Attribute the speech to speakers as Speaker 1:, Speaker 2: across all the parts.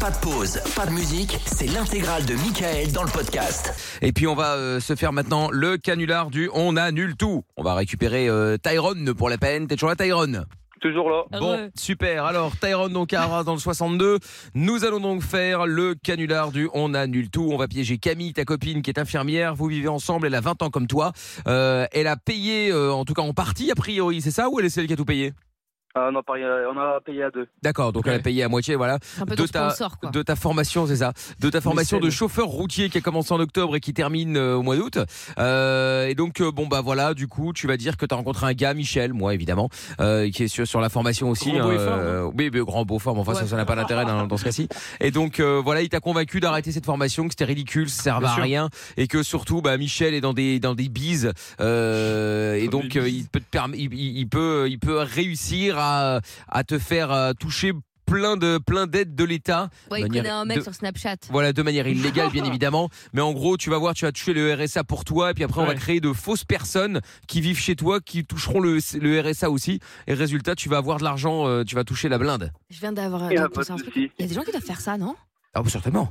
Speaker 1: Pas de pause, pas de musique, c'est l'intégrale de Michael dans le podcast.
Speaker 2: Et puis on va euh, se faire maintenant le canular du on annule tout. On va récupérer euh, Tyrone pour la peine. T'es toujours là Tyrone
Speaker 3: Toujours là.
Speaker 2: Bon,
Speaker 4: Heureux.
Speaker 2: super. Alors Tyrone donc à Arras dans le 62. Nous allons donc faire le canular du on annule tout. On va piéger Camille, ta copine qui est infirmière. Vous vivez ensemble, elle a 20 ans comme toi. Euh, elle a payé, euh, en tout cas en partie a priori, c'est ça Ou elle est celle qui a tout payé
Speaker 3: Ah non, pareil, on a payé à deux.
Speaker 2: D'accord, donc elle a
Speaker 5: Ouais.
Speaker 2: payé à moitié, voilà.
Speaker 4: C'est un peu
Speaker 2: de
Speaker 4: ton
Speaker 2: ta-
Speaker 4: sponsor, quoi.
Speaker 2: de ta formation, c'est ça, de ta formation de
Speaker 5: Mécène.
Speaker 2: chauffeur routier qui a commencé en octobre et qui termine euh, au mois d'août. Euh, et donc euh, bon bah voilà, du coup tu vas dire que t'as rencontré un gars, Michel, moi évidemment, euh, qui est sur, sur la formation aussi. euh,
Speaker 5: Grand beau et fort, hein.
Speaker 2: oui, mais grand beau forme. Enfin ça,
Speaker 4: Ouais.
Speaker 2: ça n'a pas d'intérêt dans, dans ce cas-ci. Et donc euh, voilà, il t'a convaincu d'arrêter cette formation, que c'était ridicule, ça servait
Speaker 5: Bien
Speaker 2: à
Speaker 5: sûr.
Speaker 2: rien, et que surtout bah Michel est dans des dans des bises. Euh, et
Speaker 5: Dans
Speaker 2: donc
Speaker 5: des
Speaker 2: euh,
Speaker 5: bises.
Speaker 2: il peut te perm- il, il- il peut il peut réussir à à te faire euh, toucher plein de plein d'aides de l'État
Speaker 4: Ouais, il
Speaker 2: manière
Speaker 4: connaît un mec
Speaker 2: de-
Speaker 4: sur Snapchat.
Speaker 2: voilà, de manière illégale, bien évidemment. Mais en gros, tu vas voir, tu vas toucher le RSA pour toi, et puis après, on va
Speaker 5: Ouais.
Speaker 2: créer de fausses personnes qui vivent chez toi, qui toucheront le, le RSA aussi. Et résultat, tu vas avoir de l'argent, euh, tu vas toucher la blinde.
Speaker 4: Je viens d'avoir
Speaker 3: Et
Speaker 4: de
Speaker 3: à pas
Speaker 4: penser à
Speaker 3: de
Speaker 4: un truc.
Speaker 3: soucis.
Speaker 4: Il y a des gens qui doivent faire ça, non
Speaker 2: Ah, bah, certainement.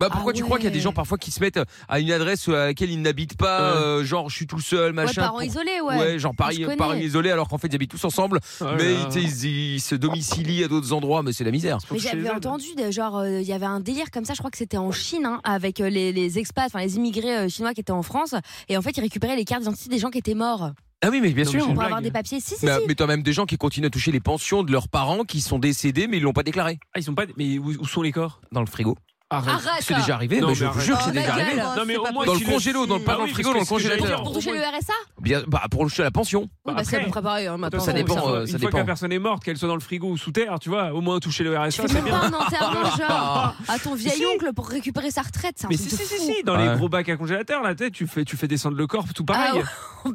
Speaker 2: Bah, pourquoi
Speaker 4: Ah
Speaker 2: tu crois qu'il y a des
Speaker 4: ouais.
Speaker 2: gens parfois qui se mettent euh, à une adresse à laquelle ils n'habitent pas,
Speaker 5: Ouais.
Speaker 2: euh, genre je suis tout seul,
Speaker 4: Ouais,
Speaker 2: machin.
Speaker 4: parents
Speaker 2: pour-
Speaker 4: isolés, ouais.
Speaker 2: ouais, genre Paris,
Speaker 4: je connais.
Speaker 2: Paris isolé, alors qu'en fait ils habitent tous ensemble,
Speaker 5: Ah
Speaker 2: mais
Speaker 5: là là.
Speaker 2: ils, ils- ils se domicilient à d'autres endroits, mais c'est la misère.
Speaker 5: Faut
Speaker 4: Mais
Speaker 5: que je les
Speaker 4: j'avais
Speaker 5: aide.
Speaker 4: entendu, des- genre, euh, il y avait un délire comme ça, je crois que c'était en Chine, hein, avec euh, les, les expats, enfin les immigrés euh, chinois qui étaient en France, et en fait, ils récupéraient les cartes d'identité des gens qui étaient morts
Speaker 2: Ah oui, mais bien
Speaker 5: Non, mais
Speaker 2: sûr.
Speaker 5: j'ai une
Speaker 4: pour avoir des
Speaker 5: blague.
Speaker 4: papiers. Si, si,
Speaker 2: Mais, euh,
Speaker 4: si.
Speaker 2: mais t'as même des gens qui continuent à toucher les pensions de leurs parents qui sont décédés mais ils l'ont pas déclaré
Speaker 5: Ah, ils sont pas. Mais où, où sont les corps
Speaker 2: dans le frigo.
Speaker 5: Arrête.
Speaker 4: Arrête
Speaker 2: C'est déjà arrivé,
Speaker 5: Non,
Speaker 2: mais
Speaker 5: mais
Speaker 2: je vous
Speaker 5: arrête.
Speaker 2: jure que c'est
Speaker 4: Oh,
Speaker 2: déjà
Speaker 4: ma
Speaker 2: arrivé.
Speaker 4: gueule.
Speaker 5: Non, mais au moins
Speaker 2: Dans
Speaker 5: tu
Speaker 2: le
Speaker 5: le-
Speaker 2: congélo, dans le, pas
Speaker 5: Ah
Speaker 2: dans le
Speaker 5: oui,
Speaker 2: frigo, dans le
Speaker 5: parce que c'est ce que j'allais
Speaker 2: congélateur.
Speaker 4: Pour toucher le RSA
Speaker 2: Bien, bah, pour toucher la pension.
Speaker 4: Oui,
Speaker 5: Bah,
Speaker 4: bah, c'est à peu
Speaker 5: après,
Speaker 4: près pareil, hein, maintenant.
Speaker 2: ça
Speaker 4: on
Speaker 2: dépend,
Speaker 4: sait.
Speaker 2: euh,
Speaker 5: une
Speaker 2: ça
Speaker 5: fois que
Speaker 2: dépend.
Speaker 5: la personne est morte, qu'elle soit dans le frigo ou sous terre, tu vois, au moins toucher le
Speaker 4: Tu
Speaker 5: RSA,
Speaker 4: fais
Speaker 5: c'est
Speaker 4: même
Speaker 5: bien.
Speaker 4: pas un enterrement,
Speaker 2: Ah. Bah,
Speaker 4: genre, à ton vieil
Speaker 5: Si.
Speaker 4: oncle pour récupérer sa retraite, c'est un
Speaker 5: Mais
Speaker 4: truc
Speaker 5: si,
Speaker 4: de
Speaker 5: si, si,
Speaker 4: fou.
Speaker 5: si, dans
Speaker 2: Ouais.
Speaker 5: les gros bacs à congélateur, là, tu sais, tu fais, tu fais descendre le corps, tout
Speaker 4: Ah
Speaker 5: pareil.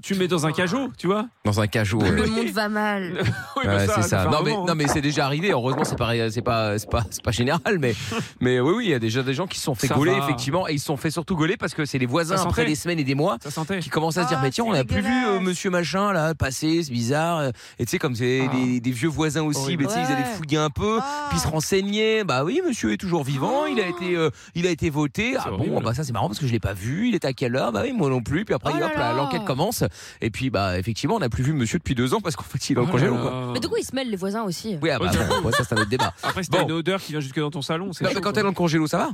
Speaker 5: Tu le mets dans un cajot, tu vois.
Speaker 2: Dans un cajou.
Speaker 4: Le monde va mal.
Speaker 5: Oui,
Speaker 2: Ouais,
Speaker 5: bah
Speaker 2: c'est
Speaker 5: fait
Speaker 2: ça.
Speaker 5: un
Speaker 2: Non mais,
Speaker 5: moment,
Speaker 2: non
Speaker 5: hein.
Speaker 2: mais c'est déjà arrivé. Heureusement c'est pas c'est pas c'est pas c'est pas général mais mais oui oui il y a déjà des gens qui se sont fait
Speaker 5: Ça
Speaker 2: gauler
Speaker 5: va.
Speaker 2: effectivement et ils se sont fait surtout gauler parce que c'est les voisins
Speaker 5: Ça
Speaker 2: après
Speaker 5: sentait.
Speaker 2: des semaines et des mois
Speaker 5: Ça sentait.
Speaker 2: qui commencent à se dire
Speaker 4: Ah,
Speaker 2: mais tiens on
Speaker 4: c'est
Speaker 2: n'a plus vu euh,
Speaker 4: dégueulasse.
Speaker 2: Monsieur machin là passer c'est bizarre euh, et tu sais comme c'est
Speaker 5: Ah.
Speaker 2: des, des vieux voisins aussi
Speaker 5: Horrible.
Speaker 2: mais tu sais ils allaient
Speaker 4: Ouais. Ah.
Speaker 2: fouiller un peu puis se renseigner. Bah oui, monsieur est toujours vivant. Il a été, euh, il a été voté. Ah bon,
Speaker 5: horrible.
Speaker 2: ah bah ça c'est marrant parce que je l'ai pas vu. Il était à quelle heure Bah oui, moi non plus. Puis après,
Speaker 4: Oh là
Speaker 2: hop, là,
Speaker 4: là.
Speaker 2: l'enquête commence. Et puis bah effectivement, on n'a plus vu monsieur depuis deux ans parce qu'en fait, il est dans le
Speaker 5: Oh
Speaker 2: congélo.
Speaker 5: là
Speaker 2: Quoi.
Speaker 5: là.
Speaker 4: Mais du coup, ils se mêlent les voisins aussi.
Speaker 2: Oui, ah bah,
Speaker 5: Ok.
Speaker 2: bon, moi, ça c'est un autre débat.
Speaker 5: Après, si t'as
Speaker 2: Bon.
Speaker 5: une odeur qui vient jusque dans ton salon, c'est.
Speaker 2: Non, mais
Speaker 5: chaud,
Speaker 2: quand
Speaker 5: quoi.
Speaker 2: t'es dans le congélo, ça va.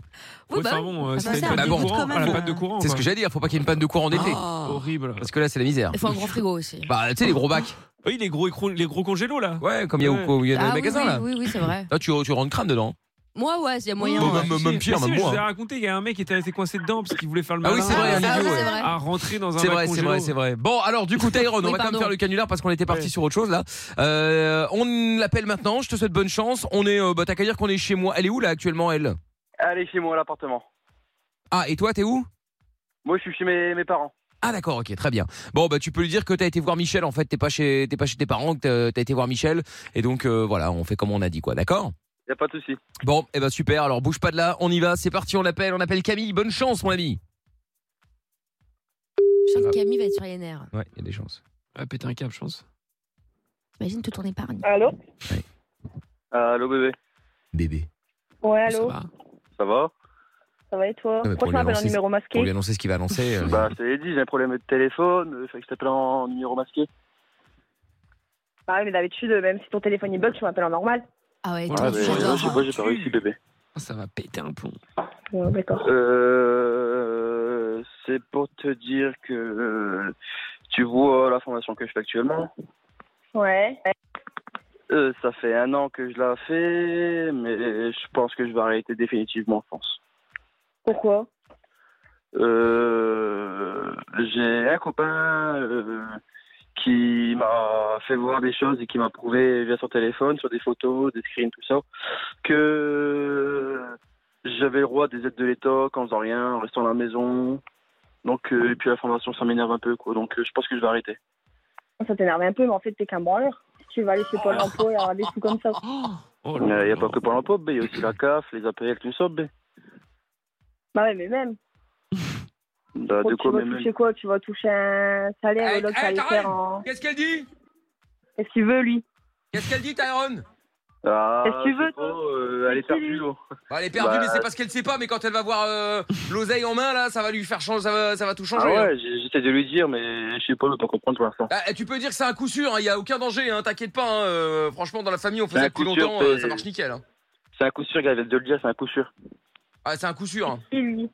Speaker 4: Oui,
Speaker 5: Ouais,
Speaker 4: bah
Speaker 5: enfin
Speaker 4: oui.
Speaker 5: bon, euh, si
Speaker 4: bah,
Speaker 5: t'as une
Speaker 4: c'est
Speaker 5: panne
Speaker 2: un
Speaker 5: de
Speaker 2: bon
Speaker 5: courant,
Speaker 4: quand même.
Speaker 5: ah, la panne de courant.
Speaker 2: C'est ce que j'allais dire. Faut pas qu'il y ait une panne de courant en été.
Speaker 5: quoi. Horrible.
Speaker 2: Parce que là, c'est la misère.
Speaker 4: Oh. Il faut un grand frigo aussi.
Speaker 2: Bah, tu sais, les gros bacs.
Speaker 5: Oui, les gros, écrou- les gros congélos, là.
Speaker 2: Ouais, comme il y a au-
Speaker 5: Ouais.
Speaker 2: au- il y a dans
Speaker 4: Ah
Speaker 2: les
Speaker 4: oui,
Speaker 2: magasins
Speaker 4: oui,
Speaker 2: là.
Speaker 4: oui, oui, c'est vrai.
Speaker 2: Là, tu, tu rentres crâne dedans.
Speaker 4: Moi, ouais, il y a moyen.
Speaker 2: Bon,
Speaker 4: ouais.
Speaker 2: même- même pire,
Speaker 5: Mais
Speaker 2: même
Speaker 5: si, mais
Speaker 2: moi,
Speaker 5: Je vous ai
Speaker 2: hein.
Speaker 5: raconté, il y a un mec qui était resté coincé dedans parce qu'il voulait faire le
Speaker 2: Ah
Speaker 5: malin. euh,
Speaker 2: oui, c'est vrai,
Speaker 4: Ah,
Speaker 2: un
Speaker 4: ça,
Speaker 2: idiot,
Speaker 4: c'est
Speaker 2: ouais.
Speaker 4: vrai.
Speaker 5: À rentrer dans un
Speaker 2: C'est
Speaker 5: bac
Speaker 2: vrai, c'est
Speaker 5: congélo.
Speaker 2: vrai, c'est vrai. Bon, alors du coup, Tyrone, on va quand
Speaker 4: Oui,
Speaker 2: même
Speaker 4: pardon.
Speaker 2: faire le canular parce qu'on était parti
Speaker 5: Ouais.
Speaker 2: sur autre chose là. Euh, on l'appelle maintenant. Je te souhaite bonne chance. On est, euh, bah, t'as qu'à dire qu'on est chez moi. Elle est où là actuellement, elle
Speaker 3: Allez chez moi à l'appartement.
Speaker 2: Ah, et toi, t'es où
Speaker 3: Moi, je suis chez mes, mes parents.
Speaker 2: Ah d'accord, ok, très bien. Bon, bah tu peux lui dire que t'as été voir Michel. En fait, t'es pas chez, t'es pas chez tes parents, que t'as- t'as été voir Michel. Et donc euh, voilà, on fait comme on a dit, quoi. D'accord
Speaker 3: Y a pas de souci.
Speaker 2: Bon, et eh ben super. Alors bouge pas de là. On y va. C'est parti. On l'appelle. On appelle Camille. Bonne chance, mon ami.
Speaker 4: Je sens que Camille va être sur les nerfs.
Speaker 2: Ouais, il y a des chances.
Speaker 5: Ah, péter un câble, je pense.
Speaker 4: T'imagines tout ton épargne.
Speaker 6: Allô
Speaker 3: Euh, Allô, bébé.
Speaker 2: Bébé.
Speaker 6: Ouais,
Speaker 5: Ça
Speaker 6: allô
Speaker 5: va.
Speaker 3: Ça va
Speaker 6: Ça va et toi
Speaker 2: mais pour
Speaker 6: Pourquoi tu
Speaker 2: lui
Speaker 6: m'appelles en
Speaker 2: annoncer-
Speaker 6: numéro
Speaker 2: Pour lui
Speaker 6: masqué
Speaker 2: annoncer ce qu'il va annoncer. euh,
Speaker 3: Bah, je te l'ai dit, j'ai un problème de téléphone. euh, Fait que je t'appelle en numéro masqué.
Speaker 6: Ah ouais, mais d'habitude, même si ton téléphone il bug, tu m'appelles en normal.
Speaker 4: Ah ouais, toi,
Speaker 5: Ouais,
Speaker 3: Ah,
Speaker 5: mais-
Speaker 3: ben, je
Speaker 4: j'adore.
Speaker 3: sais pas, j'ai pas réussi, bébé.
Speaker 5: Ah, Ça va péter un plomb.
Speaker 6: Ouais, D'accord.
Speaker 3: Euh, c'est pour te dire que euh, tu vois la formation que je fais actuellement.
Speaker 6: Ouais.
Speaker 3: Euh, ça fait un an que je la fais, mais je pense que je vais arrêter définitivement, je pense.
Speaker 6: Pourquoi
Speaker 3: Euh, j'ai un copain euh, qui m'a fait voir des choses et qui m'a prouvé via son téléphone, sur des photos, des screens, tout ça, que j'avais le droit à des aides de l'État en faisant rien, en restant à la maison. Donc, euh, et puis la formation, ça m'énerve un peu, quoi. Donc, euh, je pense que je vais arrêter.
Speaker 6: Ça t'énerve un peu, mais en fait, t'es qu'un branleur. Tu vas aller chez Pôle emploi et avoir des sous comme ça.
Speaker 5: Oh
Speaker 3: Il
Speaker 5: là
Speaker 3: n'y Euh, a
Speaker 5: là.
Speaker 3: pas que Pôle emploi, mais il y a aussi la CAF, les APL, tout ça, mais.
Speaker 6: Bah ouais, mais même.
Speaker 3: Bah,
Speaker 6: Quoi,
Speaker 3: de
Speaker 6: tu
Speaker 3: quoi,
Speaker 6: vas
Speaker 3: mais même.
Speaker 6: toucher quoi Tu vas toucher un salaire
Speaker 2: Eh,
Speaker 6: au lieu que
Speaker 2: eh,
Speaker 6: t'allais
Speaker 2: Karen
Speaker 6: faire en.
Speaker 2: Qu'est-ce qu'elle dit
Speaker 6: Qu'est-ce qu'il veut, lui
Speaker 2: Qu'est-ce qu'elle dit, Tyrone
Speaker 3: Ah,
Speaker 6: Qu'est-ce que tu
Speaker 3: je sais
Speaker 6: veux,
Speaker 3: pas,
Speaker 6: toi
Speaker 3: euh, Elle est perdue, l'eau.
Speaker 2: Bah, elle est perdue,
Speaker 3: Bah,
Speaker 2: mais c'est parce qu'elle sait pas. Mais quand elle va voir euh, l'oseille en main, là, ça va lui faire changer, ça va, ça va tout
Speaker 3: Ah
Speaker 2: changer. hein.
Speaker 3: ouais, j'ai- j'essaie de lui dire, mais je sais pas, je peux comprendre pour l'instant.
Speaker 2: Ah, tu peux dire que c'est un coup sûr, il n'y a aucun danger, hein, t'inquiète pas. hein, euh, franchement, dans la famille, on
Speaker 3: C'est
Speaker 2: faisait
Speaker 3: Bah,
Speaker 2: depuis
Speaker 3: un coup sûr,
Speaker 2: longtemps, euh,
Speaker 3: c'est-
Speaker 2: ça marche nickel. hein.
Speaker 3: C'est un coup sûr, gars, de le dire, c'est un coup sûr.
Speaker 2: Ah, c'est un coup sûr. hein.
Speaker 6: Qui lui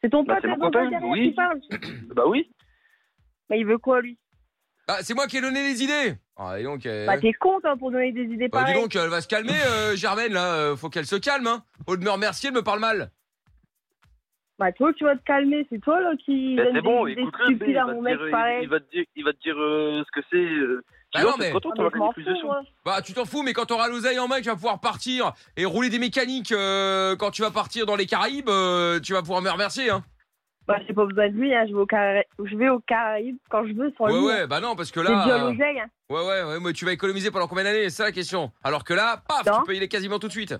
Speaker 6: C'est ton
Speaker 3: Bah,
Speaker 6: pote,
Speaker 3: c'est
Speaker 6: là,
Speaker 3: mon
Speaker 6: ton
Speaker 3: copain,
Speaker 6: pote derrière
Speaker 3: oui.
Speaker 6: qui parle.
Speaker 2: Mhm.
Speaker 3: Bah oui.
Speaker 6: Mais il veut quoi, lui
Speaker 2: Bah, c'est moi qui ai donné les idées. Ah, et donc, euh,
Speaker 6: Bah, t'es con, toi, pour donner des idées
Speaker 2: bah, dis
Speaker 6: pareilles.
Speaker 2: donc, elle va se calmer, euh, Germaine, là. euh, faut qu'elle se calme. Hein. Au de me remercier, elle me parle mal.
Speaker 6: Bah, toi, tu vas te calmer. C'est toi, là, qui
Speaker 3: Bah,
Speaker 6: donne
Speaker 3: c'est bon,
Speaker 6: des idées
Speaker 3: écoute-le, mais
Speaker 6: stupides
Speaker 3: il
Speaker 6: à
Speaker 3: va
Speaker 6: mon
Speaker 3: te
Speaker 6: mec,
Speaker 3: dire, il-
Speaker 6: pareil. Ah,
Speaker 3: il va te dire, il va te dire euh, ce que c'est. euh,
Speaker 2: Bah
Speaker 3: tu
Speaker 2: non,
Speaker 3: vois,
Speaker 2: mais-
Speaker 3: c'est content,
Speaker 6: Ah,
Speaker 3: tu
Speaker 6: mais
Speaker 3: vas
Speaker 6: je
Speaker 3: gagner
Speaker 6: m'en
Speaker 3: plus
Speaker 6: fous,
Speaker 3: de sous.
Speaker 6: moi.
Speaker 2: Bah, tu t'en fous, mais quand t'auras l'oseille en main, tu vas pouvoir partir et rouler des mécaniques euh, quand tu vas partir dans les Caraïbes, euh, tu vas pouvoir me remercier. Hein.
Speaker 6: Bah, j'ai pas besoin de lui, hein. je, vais au Cara- je vais aux Caraïbes quand je veux sans
Speaker 2: Ouais,
Speaker 6: lui.
Speaker 2: ouais, bah non, parce que
Speaker 6: J'ai
Speaker 2: là.
Speaker 6: déjà
Speaker 2: euh,
Speaker 6: l'oseille. hein.
Speaker 2: Ouais, ouais, ouais, mais tu vas économiser pendant combien d'années C'est ça la question. Alors que là, paf,
Speaker 6: Non.
Speaker 2: tu peux y aller quasiment tout de suite.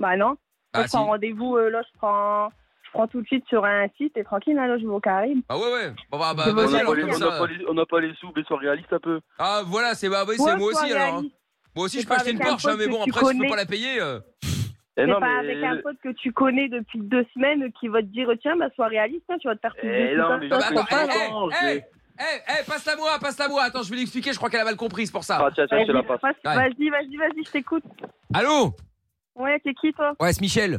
Speaker 6: Bah non,
Speaker 2: Ah,
Speaker 6: je
Speaker 2: si.
Speaker 6: prends rendez-vous, euh, là je prends... je prends tout de suite sur un site et tranquille, hein, là je vais aux Caraïbes.
Speaker 2: Ah ouais, ouais. Bon, bah, bah,
Speaker 6: Je me
Speaker 2: vas-y,
Speaker 3: On
Speaker 6: Vas-y,
Speaker 3: n'a
Speaker 2: alors,
Speaker 3: pas,
Speaker 6: rappelle,
Speaker 3: les-
Speaker 2: comme
Speaker 3: on
Speaker 2: ça.
Speaker 3: n'a pas les- on n'a pas les sous, mais sois réaliste un peu.
Speaker 2: Ah, voilà, c'est bah, oui, c'est
Speaker 6: Ouais,
Speaker 2: moi
Speaker 6: sois
Speaker 2: aussi, alors. hein.
Speaker 6: réaliste.
Speaker 2: Moi aussi,
Speaker 6: C'est
Speaker 2: je peux
Speaker 6: pas
Speaker 2: acheter une
Speaker 6: avec un
Speaker 2: Porsche, hein,
Speaker 6: pote
Speaker 2: mais
Speaker 6: que
Speaker 2: bon,
Speaker 6: tu
Speaker 2: après, si tu peux
Speaker 6: connais.
Speaker 2: pas la payer. euh,
Speaker 3: Eh
Speaker 6: C'est
Speaker 3: non,
Speaker 6: pas
Speaker 3: mais-
Speaker 6: avec un pote que tu connais depuis deux semaines qui va te dire tiens, bah sois réaliste, hein, tu vas te faire tout
Speaker 3: Eh non,
Speaker 2: Ah,
Speaker 3: mais je
Speaker 2: bah,
Speaker 3: suis
Speaker 2: attends,
Speaker 3: pas
Speaker 2: eh, eh,
Speaker 3: content,
Speaker 2: eh,
Speaker 3: je-
Speaker 2: Eh, eh, passe-la moi, passe-la moi. Attends, je vais l'expliquer, je crois qu'elle a mal comprise pour ça.
Speaker 3: Ah, tiens, tiens, je te la passe.
Speaker 6: Vas-y, vas-y, vas-y, vas-y, je t'écoute.
Speaker 2: Allô
Speaker 6: Ouais, t'es qui toi
Speaker 2: Ouais, c'est Michel.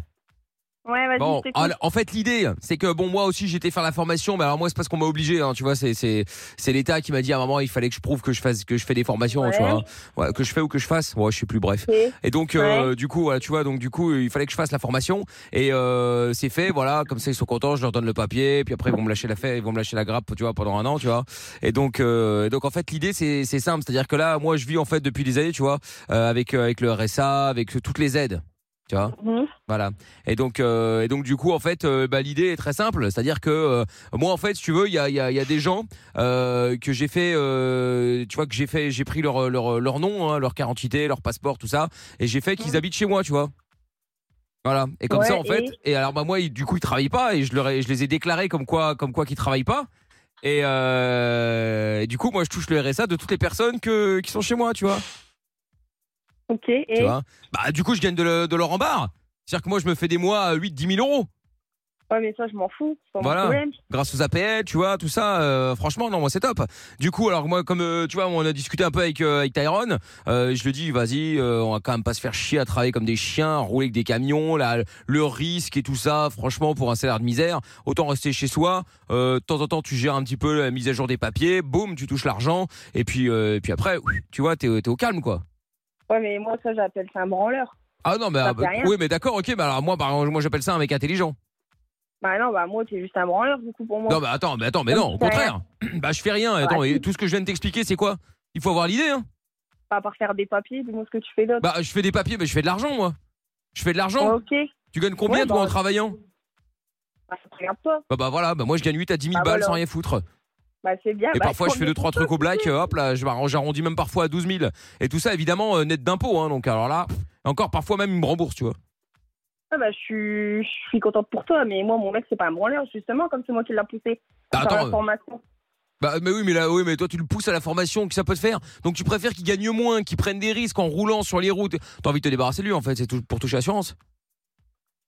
Speaker 6: Ouais, vas-y,
Speaker 2: Bon,
Speaker 6: je t'écoute.
Speaker 2: en, en fait, l'idée, c'est que bon, moi aussi, j'étais faire la formation, mais alors moi, c'est parce qu'on m'a obligé, hein, tu vois. C'est c'est c'est l'État qui m'a dit à un moment, il fallait que je prouve que je fasse que je fais des formations, tu
Speaker 6: Ouais.
Speaker 2: vois. hein. Ouais, que je fais ou que je fasse. Ouais, je sais plus. Bref.
Speaker 6: Ok.
Speaker 2: Et donc, euh, du coup, voilà, tu vois, donc du coup, il fallait que je fasse la formation et euh, c'est fait. Voilà, comme ça, ils sont contents. Je leur donne le papier, puis après, ils vont me lâcher la fête, ils vont me lâcher la grappe, tu vois, pendant un an, tu vois. Et donc, euh, et donc en fait, l'idée, c'est c'est simple, c'est-à-dire que là, moi, je vis en fait depuis des années, tu vois, euh, avec euh, avec le RSA, avec toutes les aides, tu vois.
Speaker 6: Mhm.
Speaker 2: Voilà. Et donc, euh, et donc du coup, en fait, euh, bah, l'idée est très simple, c'est-à-dire que euh, moi, en fait, si tu veux, il y a, il y, a, il y a des gens euh, que j'ai fait, euh, tu vois, que j'ai fait, j'ai pris leur leur leur nom, hein, leur carte d'identité, leur passeport, tout ça, et j'ai fait qu'ils habitent chez moi, tu vois. Voilà. Et comme
Speaker 6: Mmh. Ouais,
Speaker 2: ça, en fait, et, alors bah moi, ils- du coup, ils travaillent pas, et je leur ai- je les ai déclarés comme quoi comme quoi qu'ils travaillent pas. Et, euh, et du coup, moi, je touche le RSA de toutes les personnes que, qui sont chez moi, tu vois.
Speaker 6: Ok, et
Speaker 2: Tu vois bah, du coup, je gagne de, le- de l'or en barre. C'est-à-dire que moi, je me fais des mois à 8-10 000 euros
Speaker 6: ouais, mais ça, je m'en fous, c'est pas
Speaker 2: Voilà.
Speaker 6: mon problème.
Speaker 2: grâce aux APL, tu vois, tout ça. euh, franchement, non, moi, c'est top. Du coup, alors moi, comme euh, tu vois, on a discuté un peu avec, euh, avec Tyron, euh, je le dis, vas-y, euh, on va quand même pas se faire chier à travailler comme des chiens, à rouler avec des camions, là, le risque et tout ça. Franchement, pour un salaire de misère, autant rester chez soi. Euh, de temps en temps, tu gères un petit peu la mise à jour des papiers, boum, tu touches l'argent, et puis, euh, et puis après, ouf, tu vois, t'es t'es au calme, quoi.
Speaker 6: Ouais, mais moi, ça, j'appelle ça un branleur.
Speaker 2: Ah non, mais
Speaker 6: Ça
Speaker 2: ah,
Speaker 6: fait rien.
Speaker 2: oui, mais d'accord, ok, mais alors moi, bah, moi, j'appelle ça un mec intelligent.
Speaker 6: Bah non, bah moi, t'es juste un branleur, du coup, pour moi.
Speaker 2: Non, mais attends, mais attends, mais non, au
Speaker 6: Comme ça.
Speaker 2: contraire. Bah, je fais rien. Attends,
Speaker 6: Ouais.
Speaker 2: et tout ce que je viens de t'expliquer, c'est quoi Il faut avoir l'idée. Hein.
Speaker 6: Pas par faire des papiers, dis-moi ce que tu fais d'autre.
Speaker 2: Bah, je fais des papiers, mais je fais de l'argent, moi. Je fais de l'argent.
Speaker 6: ok,
Speaker 2: Tu gagnes combien,
Speaker 6: Ouais,
Speaker 2: toi,
Speaker 6: bah,
Speaker 2: en travaillant
Speaker 6: bah, ça te regarde pas.
Speaker 2: Bah, bah, voilà, bah, moi, je gagne 8 à 10 000
Speaker 6: Ah,
Speaker 2: balles
Speaker 6: voilà.
Speaker 2: sans rien foutre.
Speaker 6: Bah c'est bien.
Speaker 2: et
Speaker 6: bah,
Speaker 2: parfois, je fais
Speaker 6: premier
Speaker 2: 2 trois
Speaker 6: truc,
Speaker 2: trucs au black, euh, hop là, je m'arrange- j'arrondis même parfois à 12 000. Et tout ça, évidemment, euh, net d'impôts. Hein, donc, alors là, encore parfois même, ils me remboursent, tu vois.
Speaker 6: ah, bah, je, suis, je suis contente pour toi, mais moi, mon mec, c'est pas un branleur, justement, comme c'est moi qui l'a poussé.
Speaker 2: Bah,
Speaker 6: Faire la
Speaker 2: attends, euh,
Speaker 6: formation.
Speaker 2: bah, mais oui, mais là, oui, mais toi, tu le pousses à la formation, que ça peut te faire. Donc, tu préfères qu'ils gagnent moins, qu'ils prennent des risques en roulant sur les routes. T'as envie de te débarrasser de lui, en fait, c'est tout pour toucher assurance.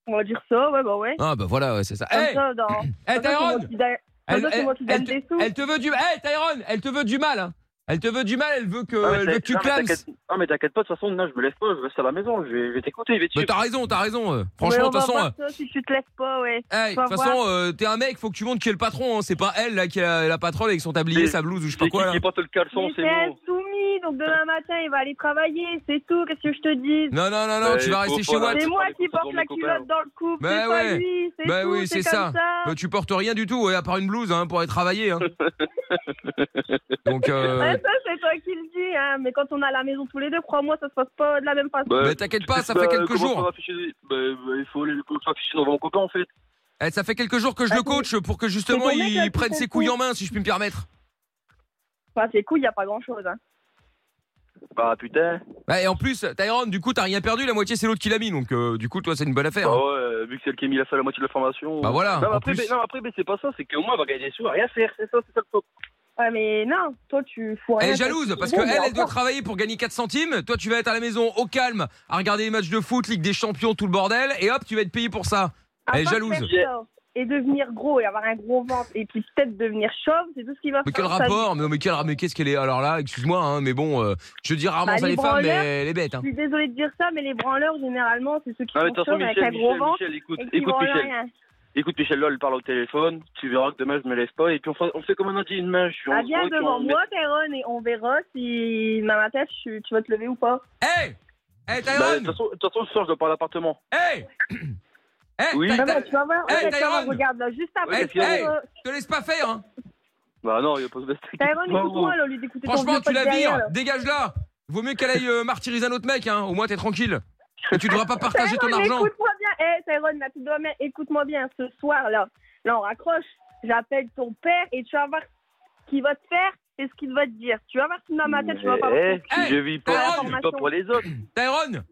Speaker 6: On va dire ça, ouais, bah ouais.
Speaker 2: Ah, bah voilà, ouais, c'est ça.
Speaker 6: Comme
Speaker 2: Eh,
Speaker 6: ça, dans. comme
Speaker 2: eh,
Speaker 6: ça, c'est moi
Speaker 2: Tyrone
Speaker 6: qui da- comme
Speaker 2: Elle,
Speaker 6: ça, c'est
Speaker 2: elle-
Speaker 6: moi qui gagne
Speaker 2: elle te-
Speaker 6: des sous.
Speaker 2: elle te veut du mal. Tyron, elle te veut du mal. hein. Elle te veut du mal. Elle veut que,
Speaker 3: Ah, mais
Speaker 2: elle
Speaker 3: t'as-
Speaker 2: veut que tu
Speaker 3: non, mais
Speaker 2: clames.
Speaker 3: t'inquiète- Ah, mais t'inquiète pas, de toute façon, là, je me lève pas, je reste à la maison, je vais, je vais t'écouter, je vais te
Speaker 2: Mais
Speaker 3: suivre.
Speaker 2: t'as raison, t'as raison. euh. Franchement,
Speaker 6: Ouais,
Speaker 2: de
Speaker 6: on
Speaker 2: toute
Speaker 6: va
Speaker 2: façon,
Speaker 6: voir ça, si tu te lèves pas, ouais.
Speaker 2: euh, hey, de
Speaker 6: va
Speaker 2: toute façon, euh, t'es un mec, faut que tu montres qui est le patron. hein. C'est pas elle là qui a la patronne avec son tablier,
Speaker 3: C'est-
Speaker 2: sa blouse ou je sais
Speaker 3: C'est
Speaker 2: pas
Speaker 3: qui
Speaker 2: quoi. là.
Speaker 3: qui porte le caleçon,
Speaker 6: Mais
Speaker 3: c'est
Speaker 6: c'est
Speaker 3: bon.
Speaker 6: insoumis, donc demain matin, il va aller travailler, c'est tout, qu'est-ce que je te dis
Speaker 2: Non, non, non, non,
Speaker 3: Ouais,
Speaker 2: tu vas
Speaker 3: faut-
Speaker 2: rester
Speaker 3: faut
Speaker 2: chez
Speaker 3: la-
Speaker 2: moi.
Speaker 3: tu
Speaker 6: C'est moi
Speaker 3: parles
Speaker 6: qui
Speaker 3: écoute,
Speaker 6: porte
Speaker 3: dans
Speaker 6: la
Speaker 3: mes copains,
Speaker 6: culotte dans le couple,
Speaker 2: Bah
Speaker 6: c'est
Speaker 2: ouais.
Speaker 6: pas lui, c'est
Speaker 2: Bah
Speaker 6: tout,
Speaker 2: oui, c'est
Speaker 6: c'est comme
Speaker 2: ça.
Speaker 6: ça.
Speaker 2: Bah, tu portes rien du tout, ouais, à part une blouse hein, pour aller travailler. hein. Donc, euh,
Speaker 6: Ouais, ça, c'est toi qui le dis, hein. mais quand on est à la maison tous les deux, crois-moi, ça se passe pas de la même façon.
Speaker 3: Bah,
Speaker 2: mais t'inquiète pas, ça
Speaker 3: bah,
Speaker 2: fait quelques
Speaker 3: comment
Speaker 2: jours.
Speaker 3: ça va afficher- bah, bah, il faut aller le afficher dans mon copain, en fait.
Speaker 2: Eh, ça fait quelques jours que je le
Speaker 6: Bah,
Speaker 2: coach pour que justement
Speaker 6: c'est ton mec, là,
Speaker 2: il
Speaker 6: qui
Speaker 2: prenne
Speaker 6: fait
Speaker 2: ses
Speaker 6: tout.
Speaker 2: couilles en main, si je puis me permettre.
Speaker 6: Enfin, c'est cool, il n'y a pas grand-chose. Hein.
Speaker 3: Bah, putain.
Speaker 2: Ouais, et en plus, Tyron, du coup, t'as rien perdu, la moitié c'est l'autre qui l'a mis, donc euh, du coup, toi, c'est une bonne affaire.
Speaker 3: Bah
Speaker 2: hein.
Speaker 3: ouais, euh, vu que c'est elle qui a mis la salle à moitié de la formation.
Speaker 2: Bah voilà,
Speaker 3: Non, mais
Speaker 2: en
Speaker 3: après,
Speaker 2: plus.
Speaker 3: mais- non, après, mais c'est pas ça, c'est que moi, elle va gagner des sous à rien faire, c'est ça, c'est ça le truc.
Speaker 6: Ouais, mais non, toi, tu fous
Speaker 2: Elle
Speaker 6: rien.
Speaker 2: est jalouse parce
Speaker 6: Bon,
Speaker 2: qu'elle,
Speaker 6: mais
Speaker 2: elle doit
Speaker 6: encore.
Speaker 2: travailler pour gagner 4 centimes. Toi, tu vas être à la maison au calme à regarder les matchs de foot, Ligue des Champions, tout le bordel. Et hop, tu vas être payé pour ça.
Speaker 6: À
Speaker 2: elle est
Speaker 6: part
Speaker 2: jalouse.
Speaker 6: faire ça Et devenir gros et avoir un gros ventre et puis peut-être devenir chauve, c'est tout ce qui va
Speaker 2: Mais quel
Speaker 6: faire. Ça,
Speaker 2: rapport Mais, mais quel mais qu'est-ce qu'elle est Alors là, excuse-moi, hein, mais bon, euh, je dis rarement
Speaker 6: Bah,
Speaker 2: ça
Speaker 6: les
Speaker 2: les femmes, mais
Speaker 6: branleurs,
Speaker 2: elle est bête. Hein.
Speaker 6: Je suis désolée de dire ça, mais les branleurs, généralement, c'est ceux qui
Speaker 3: Ah, mais de
Speaker 6: sont
Speaker 3: toute façon,
Speaker 6: chauves avec un
Speaker 3: Michel,
Speaker 6: gros
Speaker 3: Michel,
Speaker 6: ventre
Speaker 3: Michel, écoute,
Speaker 6: et qui
Speaker 3: écoute,
Speaker 6: branlent
Speaker 3: Michel.
Speaker 6: rien.
Speaker 3: Écoute, Michel, lol, parle au téléphone. Tu verras que demain, je me lève pas. Et puis, on fait, on fait comme on a dit, une main. Je suis
Speaker 6: Ah,
Speaker 3: en
Speaker 6: viens
Speaker 3: haut, tu vois,
Speaker 6: devant
Speaker 3: on met-
Speaker 6: moi, Tyrone, et on verra si dans ma tête, tu tu vas te lever ou pas.
Speaker 2: Hey Hey,
Speaker 3: Bah, De
Speaker 2: Tyrone
Speaker 3: toute façon- de toute façon, ce soir, je dois pas à l'appartement.
Speaker 2: Hey Hey,
Speaker 3: Oui.
Speaker 2: Ty-
Speaker 6: Non,
Speaker 2: Ty-
Speaker 6: non, tu vas voir,
Speaker 2: Hey,
Speaker 6: regarde,
Speaker 2: Tyrone.
Speaker 6: Tyrone, regarde, là, juste après.
Speaker 2: Hey,
Speaker 6: tu vas
Speaker 2: hey.
Speaker 6: voir,
Speaker 2: te laisse pas faire. Hein.
Speaker 3: Bah, non, il y a pas de
Speaker 6: Tyrone, écoute-moi, là, au lieu d'écouter ton
Speaker 2: Franchement,
Speaker 6: vieux
Speaker 2: tu
Speaker 6: pote
Speaker 2: la
Speaker 6: derrière,
Speaker 2: vires.
Speaker 6: là.
Speaker 2: Dégage-la. Vaut mieux qu'elle aille euh, martyriser un autre mec. Hein. Au moins, t'es tranquille. Et tu devras pas partager ton
Speaker 6: Tyrone,
Speaker 2: argent.
Speaker 6: Écoute-moi bien, hey, Tyrone, ma petite doigt, écoute-moi bien. Ce soir, là, là, on raccroche. J'appelle ton père et tu vas voir ce qu'il va te faire et ce qu'il va te dire. Tu vas voir si dans ma tête, tu vas pas.
Speaker 3: Eh, si
Speaker 2: Hey,
Speaker 3: je vis pas,
Speaker 2: Tyrone.
Speaker 3: je vis pas pour les autres.
Speaker 2: Tyrone,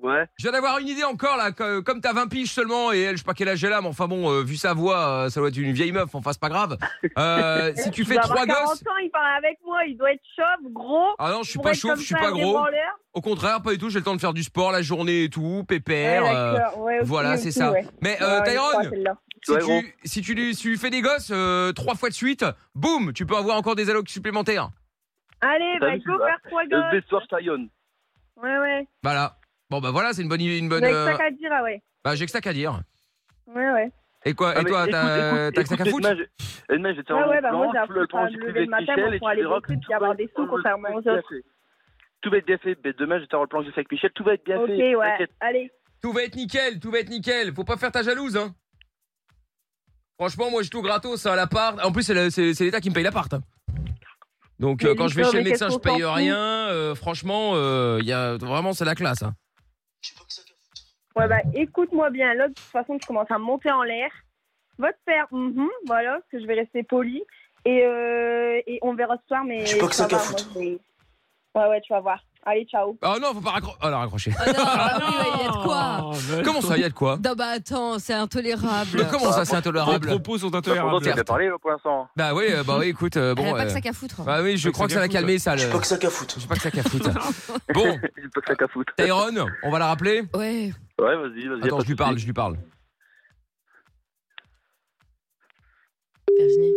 Speaker 3: Ouais.
Speaker 2: je viens d'avoir une idée encore là. que- euh, Comme t'as 20 piges seulement et elle, je sais pas quel âge elle a, mais enfin bon, euh, vu sa voix, euh, ça doit être une vieille meuf. Enfin, c'est pas grave. Euh, si tu fais
Speaker 6: dois avoir
Speaker 2: trois
Speaker 6: 40
Speaker 2: gosses.
Speaker 6: ans, il parle avec moi, il doit être chauve, gros.
Speaker 2: Ah non, je suis
Speaker 6: pour
Speaker 2: pas
Speaker 6: être
Speaker 2: chauve,
Speaker 6: comme
Speaker 2: je suis
Speaker 6: ça,
Speaker 2: pas
Speaker 6: un
Speaker 2: gros.
Speaker 6: branleur.
Speaker 2: Au contraire, pas du tout. J'ai le temps de faire du sport la journée et tout,
Speaker 6: Ouais,
Speaker 2: pépère. euh,
Speaker 6: d'accord, ouais, aussi,
Speaker 2: voilà, c'est
Speaker 6: aussi,
Speaker 2: ça.
Speaker 6: ouais.
Speaker 2: Mais euh,
Speaker 6: Ouais, ouais, je crois,
Speaker 2: Tyrone,
Speaker 6: celle-là.
Speaker 2: si
Speaker 3: Ouais, gros.
Speaker 2: tu, si tu lui si tu lui fais des gosses euh, trois fois de suite, boum, tu peux avoir encore des allocs supplémentaires.
Speaker 6: Allez,
Speaker 3: T'as
Speaker 6: bah,
Speaker 3: vu,
Speaker 6: go
Speaker 3: bah,
Speaker 6: faire trois
Speaker 3: Le
Speaker 6: gosses.
Speaker 3: best soir, je taillonne.
Speaker 6: Ouais, ouais.
Speaker 2: Voilà. Bon bah voilà, c'est une bonne idée, une
Speaker 6: Vous
Speaker 2: bonne.
Speaker 6: avez
Speaker 2: euh,
Speaker 6: que ça qu'à dire, ah ouais.
Speaker 2: bah j'ai que ça qu'à dire.
Speaker 6: Ouais, ouais.
Speaker 2: Et quoi
Speaker 3: Ah,
Speaker 2: Et
Speaker 3: mais
Speaker 2: toi,
Speaker 3: écoute,
Speaker 2: t'as euh,
Speaker 3: écoute,
Speaker 2: t'as que ça qu'à
Speaker 3: écoute,
Speaker 2: foutre
Speaker 3: Edna, je- euh, Edna, je vais te faire
Speaker 6: Ouais,
Speaker 3: un
Speaker 6: ouais,
Speaker 3: plan,
Speaker 6: bah, moi, j'ai
Speaker 3: tu le
Speaker 6: appris
Speaker 3: prends,
Speaker 6: à
Speaker 3: tu
Speaker 6: me
Speaker 3: fais
Speaker 6: lever le
Speaker 3: avec
Speaker 6: matin
Speaker 3: Michel et
Speaker 6: pour
Speaker 3: tu
Speaker 6: aller
Speaker 3: verras
Speaker 6: bosser,
Speaker 3: que
Speaker 6: puis avoir des sous,
Speaker 3: tout va-
Speaker 6: contrairement aux
Speaker 3: tout va être
Speaker 6: autres.
Speaker 3: bien fait. Tout va être bien fait, mais demain je vais t'avoir le plan que j'ai fait avec Michel, tout va être bien
Speaker 6: Ok,
Speaker 3: fait.
Speaker 6: ouais.
Speaker 3: t'inquiète.
Speaker 6: Allez.
Speaker 2: Tout va être nickel, tout va être nickel. Faut pas faire ta jalouse, hein. Franchement, moi j'ai tout gratos à l'appart. En plus, c'est le- c'est c'est l'État qui me paye l'appart. hein. Donc
Speaker 6: Mais
Speaker 2: euh, quand je vais
Speaker 6: Victor,
Speaker 2: chez le
Speaker 6: mais
Speaker 2: médecin, je
Speaker 6: qu'est-ce qu'on
Speaker 2: paye
Speaker 6: s'en fout
Speaker 2: rien. Euh, franchement, euh, il y a vraiment c'est la classe. hein.
Speaker 6: Ouais, bah, écoute-moi bien. Là, de toute façon, tu commences à monter en l'air. Va te faire, mhm, voilà, parce que je vais rester poli. Et, euh, et on verra ce soir, mais.
Speaker 1: J'ai pas que
Speaker 6: tu
Speaker 1: ça
Speaker 6: vas
Speaker 1: qu'à
Speaker 6: voir, moi, je vais- Ouais, ouais, tu vas voir. Allez, ciao.
Speaker 2: Ah non, faut pas raccro- ah, la raccrocher.
Speaker 4: Ah non, bah oui, ouais, il y a de quoi
Speaker 5: Oh,
Speaker 2: Comment ça, il y a de quoi
Speaker 4: Non, bah attends, c'est
Speaker 2: Mais
Speaker 4: intolérable.
Speaker 2: comment ça, c'est
Speaker 5: Les
Speaker 2: intolérable
Speaker 5: propos sont
Speaker 3: Bah, pourtant,
Speaker 5: intolérables.
Speaker 3: t'as pas parlé là, pour l'instant.
Speaker 2: Bah oui, euh, bah oui, écoute, euh,
Speaker 4: Elle a
Speaker 2: bon.
Speaker 4: pas que
Speaker 2: euh,
Speaker 4: ça qu'à foutre.
Speaker 2: bah oui, je
Speaker 5: Pas que
Speaker 2: crois
Speaker 5: ça
Speaker 2: que ça
Speaker 5: qu'à
Speaker 2: l'a
Speaker 5: foutre.
Speaker 2: calmé, ça. le-
Speaker 1: J'ai pas que ça qu'à foutre.
Speaker 2: J'ai pas que ça qu'à foutre. Bon,
Speaker 3: J'ai pas que ça qu'à foutre.
Speaker 2: Tyrone, on va la rappeler.
Speaker 4: Ouais.
Speaker 3: Ouais, vas-y, vas-y. y a
Speaker 2: Attends,
Speaker 3: pas
Speaker 2: je lui
Speaker 3: de
Speaker 2: parle,
Speaker 3: souci.
Speaker 2: je lui parle.
Speaker 4: Virginie.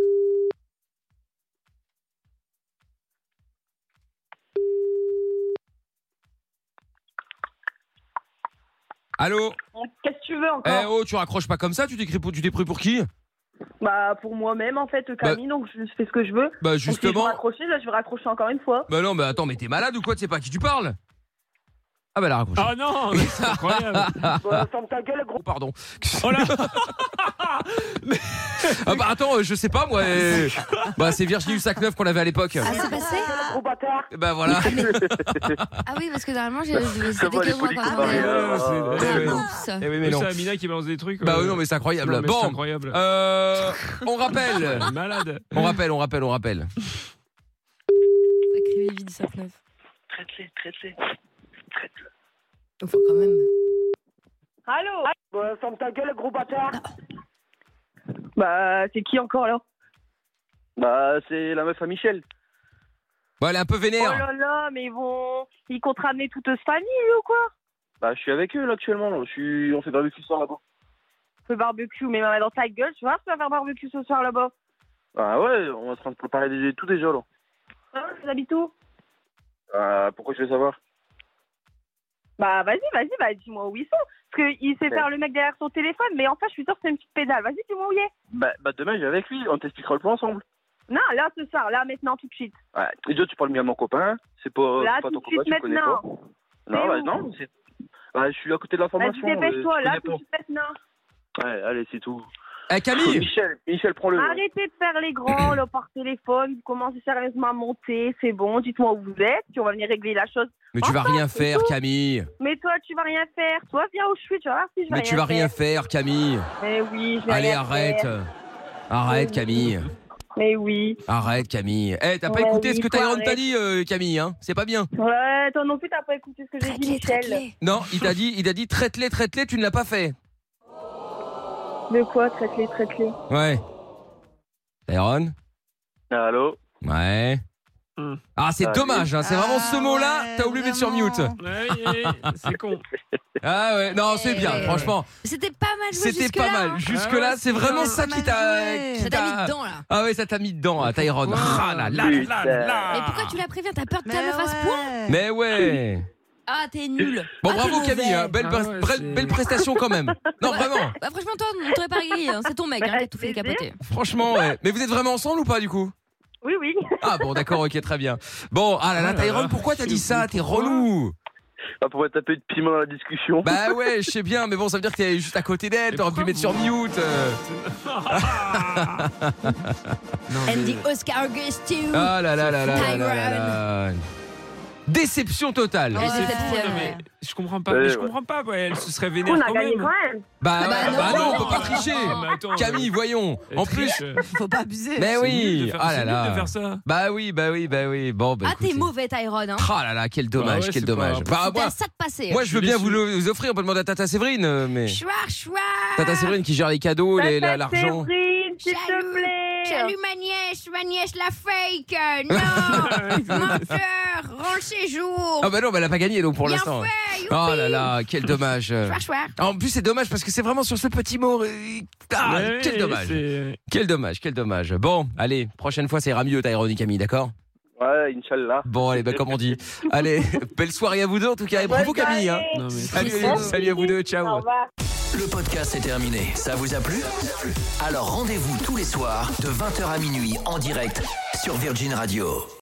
Speaker 2: Allô
Speaker 6: Qu'est-ce que tu veux
Speaker 2: Eh
Speaker 6: encore
Speaker 2: oh, tu raccroches pas comme ça, tu t'es pris pour, tu t'es pris pour qui
Speaker 6: Bah, pour moi-même, en fait, Camille, donc je fais ce que je veux.
Speaker 2: Bah
Speaker 6: Donc, si je veux
Speaker 2: justement.
Speaker 6: raccrocher, là, je vais raccrocher encore une fois.
Speaker 2: Bah non, mais attends, mais t'es malade ou quoi Tu sais pas à qui tu parles Ah bah la raccroche.
Speaker 5: Ah non, mais c'est incroyable.
Speaker 6: Bah, ferme ta gueule, gros.
Speaker 2: Oh, pardon.
Speaker 5: Oh là,
Speaker 2: Ah bah attends, euh, je sais pas moi. euh, Bah c'est Virginie du sac neuf qu'on avait à l'époque.
Speaker 4: Ah, c'est passé
Speaker 6: Gros bâtard.
Speaker 2: Bah voilà.
Speaker 4: Ah oui, parce que normalement, j'ai- je vais
Speaker 3: Ça va, les
Speaker 4: moi
Speaker 3: politiques,
Speaker 4: quand
Speaker 3: ça va,
Speaker 5: ouais,
Speaker 4: même.
Speaker 3: euh,
Speaker 5: c'est-
Speaker 3: euh,
Speaker 2: Eh ouais.
Speaker 4: Oups.
Speaker 2: Eh oui, mais
Speaker 5: mais
Speaker 2: non.
Speaker 5: c'est Amina qui balance des trucs.
Speaker 2: Bah
Speaker 5: euh,
Speaker 2: oui, non, mais c'est incroyable.
Speaker 5: non, mais c'est
Speaker 2: Bon,
Speaker 5: incroyable.
Speaker 2: euh, on rappelle.
Speaker 5: Elle est Malade.
Speaker 2: On rappelle, on rappelle, on rappelle.
Speaker 4: Sacré Vivi du 59.
Speaker 3: Traite-les, traite-les.
Speaker 4: Enfin, quand même.
Speaker 6: Allô Bah, c'est qui encore, là
Speaker 3: Bah, c'est la meuf à Michel.
Speaker 2: Bon, elle est un peu
Speaker 6: Oh
Speaker 2: vénère.
Speaker 6: là là, mais ils vont. Ils comptent ramener toute cette famille ou quoi
Speaker 3: Bah, je suis avec eux là actuellement. là. Je suis... On fait barbecue ce soir là-bas.
Speaker 6: Le barbecue, mais maman, dans ta gueule, tu vois, tu vas faire barbecue ce soir là-bas.
Speaker 3: Ah ouais, on est en train de préparer des... tout déjà là.
Speaker 6: Hein, vous habitez où
Speaker 3: Ah, pourquoi je veux savoir
Speaker 6: Bah, vas-y, vas-y, bah, dis-moi où ils sont. Parce qu'il sait
Speaker 3: Ouais.
Speaker 6: faire le mec derrière son téléphone, mais enfin, je suis sûre que c'est une petite pédale. Vas-y, dis-moi où il est.
Speaker 3: bah, bah, demain, j'ai avec lui. On t'expliquera le plan ensemble.
Speaker 6: Non, là, ce soir, là, maintenant, tout de suite.
Speaker 3: Ouais. Déjà, tu parles bien à mon copain. C'est pas, Oh,
Speaker 6: Là,
Speaker 3: c'est pas
Speaker 6: tout
Speaker 3: ton
Speaker 6: de suite,
Speaker 3: copain, tu le connais pas.
Speaker 6: maintenant.
Speaker 3: Non,
Speaker 6: C'est
Speaker 3: bah,
Speaker 6: où
Speaker 3: non, c'est. Bah, je suis à côté de
Speaker 6: Vas-y,
Speaker 3: l'information.
Speaker 6: dépêche-toi,
Speaker 3: euh,
Speaker 6: là,
Speaker 3: je
Speaker 6: tout de
Speaker 3: connais
Speaker 6: suite, maintenant.
Speaker 3: pas. Ouais, allez, c'est tout.
Speaker 2: Eh Camille
Speaker 3: Michel, Michel, prends-le. ouais.
Speaker 6: Arrêtez de faire les grands, là, par téléphone. Vous commencez sérieusement à monter, c'est bon. Dites-moi où vous êtes, puis on va venir régler la chose.
Speaker 2: Mais tu vas rien faire, Camille.
Speaker 6: Mais toi, tu vas rien faire. Toi, viens où je suis, tu vas voir si je vais
Speaker 2: Mais tu vas rien faire, Camille.
Speaker 6: Mais oui, je vais
Speaker 2: Allez,
Speaker 6: rien
Speaker 2: arrête.
Speaker 6: faire.
Speaker 2: Arrête, Camille.
Speaker 6: Mais oui.
Speaker 2: Arrête, Camille. Eh, t'as pas
Speaker 6: Ouais,
Speaker 2: écouté
Speaker 6: oui,
Speaker 2: ce que
Speaker 6: faut
Speaker 2: Tyrone
Speaker 6: arrêter.
Speaker 2: t'a dit, euh, Camille, hein C'est pas bien.
Speaker 6: Ouais, toi non plus, t'as pas écouté ce que j'ai dit,
Speaker 4: Traite-les,
Speaker 6: Michel.
Speaker 4: traite-les.
Speaker 2: Non, il t'a dit, il t'a dit, traite-les, traite-les, tu ne l'as pas fait.
Speaker 6: De quoi traite-les, traite-les
Speaker 2: Ouais. Tyrone
Speaker 3: Allô
Speaker 2: Ouais.
Speaker 5: Hmm.
Speaker 2: Ah, c'est
Speaker 3: Ah,
Speaker 2: dommage, hein, c'est vraiment ce mot-là, t'as oublié de mettre sur mute.
Speaker 5: Ouais, ouais, c'est con.
Speaker 2: Ah ouais, non, c'est
Speaker 7: Ouais.
Speaker 2: bien, franchement.
Speaker 4: C'était pas mal joué
Speaker 2: C'était pas
Speaker 4: jusque-là, hein.
Speaker 2: mal.
Speaker 5: Ah
Speaker 2: Jusque-là,
Speaker 5: ouais,
Speaker 2: c'est vraiment ça qui t'a.
Speaker 7: joué.
Speaker 2: qui
Speaker 4: Ça t'a mis dedans, là.
Speaker 2: Ah ouais, ça t'a mis dedans, à Tyrone.
Speaker 5: Ouais.
Speaker 2: Ah là là là là là.
Speaker 5: Ah.
Speaker 4: Mais pourquoi tu la préviens T'as peur que
Speaker 7: Mais
Speaker 4: ta meuf fasse point
Speaker 7: ouais.
Speaker 2: Mais ouais.
Speaker 4: Ah, t'es nul.
Speaker 2: Bon,
Speaker 4: Ah,
Speaker 2: bravo
Speaker 4: t'es
Speaker 2: Camille,
Speaker 4: mauvais.
Speaker 2: hein. belle,
Speaker 5: Ah
Speaker 2: pres-
Speaker 5: ouais,
Speaker 2: belle-
Speaker 5: c'est-
Speaker 2: belle prestation quand même. Non,
Speaker 4: Ouais.
Speaker 2: vraiment,
Speaker 4: Bah, franchement, toi, on t'aurait pas grillé. hein. C'est ton mec, hein, qui a tout fait
Speaker 6: Avec
Speaker 4: décapoter.
Speaker 2: franchement, ouais. Mais vous êtes vraiment ensemble ou pas du coup
Speaker 6: Oui, oui.
Speaker 2: Ah bon, d'accord, ok, très bien. Bon, ah là là,
Speaker 5: Ah là
Speaker 2: Tyrone,
Speaker 5: là.
Speaker 2: pourquoi t'as dit ça T'es
Speaker 5: Pourquoi
Speaker 2: relou.
Speaker 3: Bah, pour taper de piment dans la discussion.
Speaker 2: Bah ouais, je sais bien, mais bon, ça veut dire que t'es juste à côté d'elle,
Speaker 5: Mais
Speaker 2: t'aurais pu
Speaker 5: pourquoi
Speaker 2: mettre sur
Speaker 5: vous-
Speaker 2: mute. euh.
Speaker 5: Non, mais-
Speaker 4: Andy Oscar goes to.
Speaker 2: Ah là là là là là là là là. Déception totale.
Speaker 7: Ouais.
Speaker 4: Et c'est fou,
Speaker 7: Ouais.
Speaker 4: non, mais-
Speaker 5: Je comprends pas,
Speaker 3: Ouais,
Speaker 5: mais je
Speaker 3: ouais.
Speaker 5: comprends pas, ouais, elle se serait vénère
Speaker 6: On a
Speaker 5: quand
Speaker 6: gagné
Speaker 5: même.
Speaker 6: quand même.
Speaker 2: Bah,
Speaker 4: Bah
Speaker 2: ouais, bah
Speaker 4: non.
Speaker 2: non, on peut pas tricher.
Speaker 5: Ah, mais attends,
Speaker 2: Camille, voyons.
Speaker 5: elle
Speaker 2: En plus,
Speaker 5: triche. Euh,
Speaker 7: Faut pas abuser.
Speaker 2: mais
Speaker 5: C'est nul
Speaker 2: oui.
Speaker 5: de faire-
Speaker 2: Ah
Speaker 5: c'est
Speaker 2: là
Speaker 5: nul de
Speaker 2: là.
Speaker 5: faire ça.
Speaker 2: Bah oui, bah oui, bah oui. Bon, bah
Speaker 4: Ah, t'es
Speaker 2: écoutez.
Speaker 4: mauvais, Tyrone. Hein.
Speaker 2: Ah là là, quel dommage,
Speaker 5: Bah ouais,
Speaker 2: quel
Speaker 5: c'est pas-
Speaker 2: dommage. Bah
Speaker 4: C'était à
Speaker 2: moi,
Speaker 4: ça de passer.
Speaker 2: moi je veux
Speaker 5: Je suis
Speaker 2: bien vous
Speaker 5: déçu.
Speaker 2: le vous offrir. On peut demander à Tata Séverine, euh, mais
Speaker 4: Chouard, chouard.
Speaker 2: Tata Séverine qui gère les cadeaux, les- la-
Speaker 6: Tata
Speaker 2: l'argent.
Speaker 6: Séverine, s'il
Speaker 4: Jaloux.
Speaker 6: te plaît.
Speaker 4: Salut ma nièce, ma nièce la fake. Non, menteur, rends le séjour.
Speaker 2: Ah bah non, bah elle a pas gagné donc pour
Speaker 4: Bien
Speaker 2: l'instant.
Speaker 4: fait, youpi.
Speaker 2: Oh là là, quel dommage.
Speaker 4: Chouard, chouard.
Speaker 2: Ah, En plus, c'est dommage parce que c'est vraiment sur ce petit mot. euh, Ah,
Speaker 5: Ouais,
Speaker 2: quel
Speaker 5: ouais,
Speaker 2: dommage.
Speaker 5: c'est-
Speaker 2: Quel dommage, quel dommage. Bon, allez, prochaine fois, ça ira mieux, Tyrone et Camille, d'accord
Speaker 3: Ouais, Inch'Allah.
Speaker 2: Bon, allez, bah, comme on dit. Allez, belle soirée à vous deux, en tout cas, et bravo
Speaker 6: Bonne
Speaker 2: Camille. hein.
Speaker 6: soirée.
Speaker 5: Non, mais-
Speaker 2: Salut, salut à vous deux,
Speaker 6: Au
Speaker 2: ciao.
Speaker 6: revoir.
Speaker 1: Le podcast est terminé. Ça vous a plu Alors rendez-vous tous les soirs de 20h à minuit en direct sur Virgin Radio.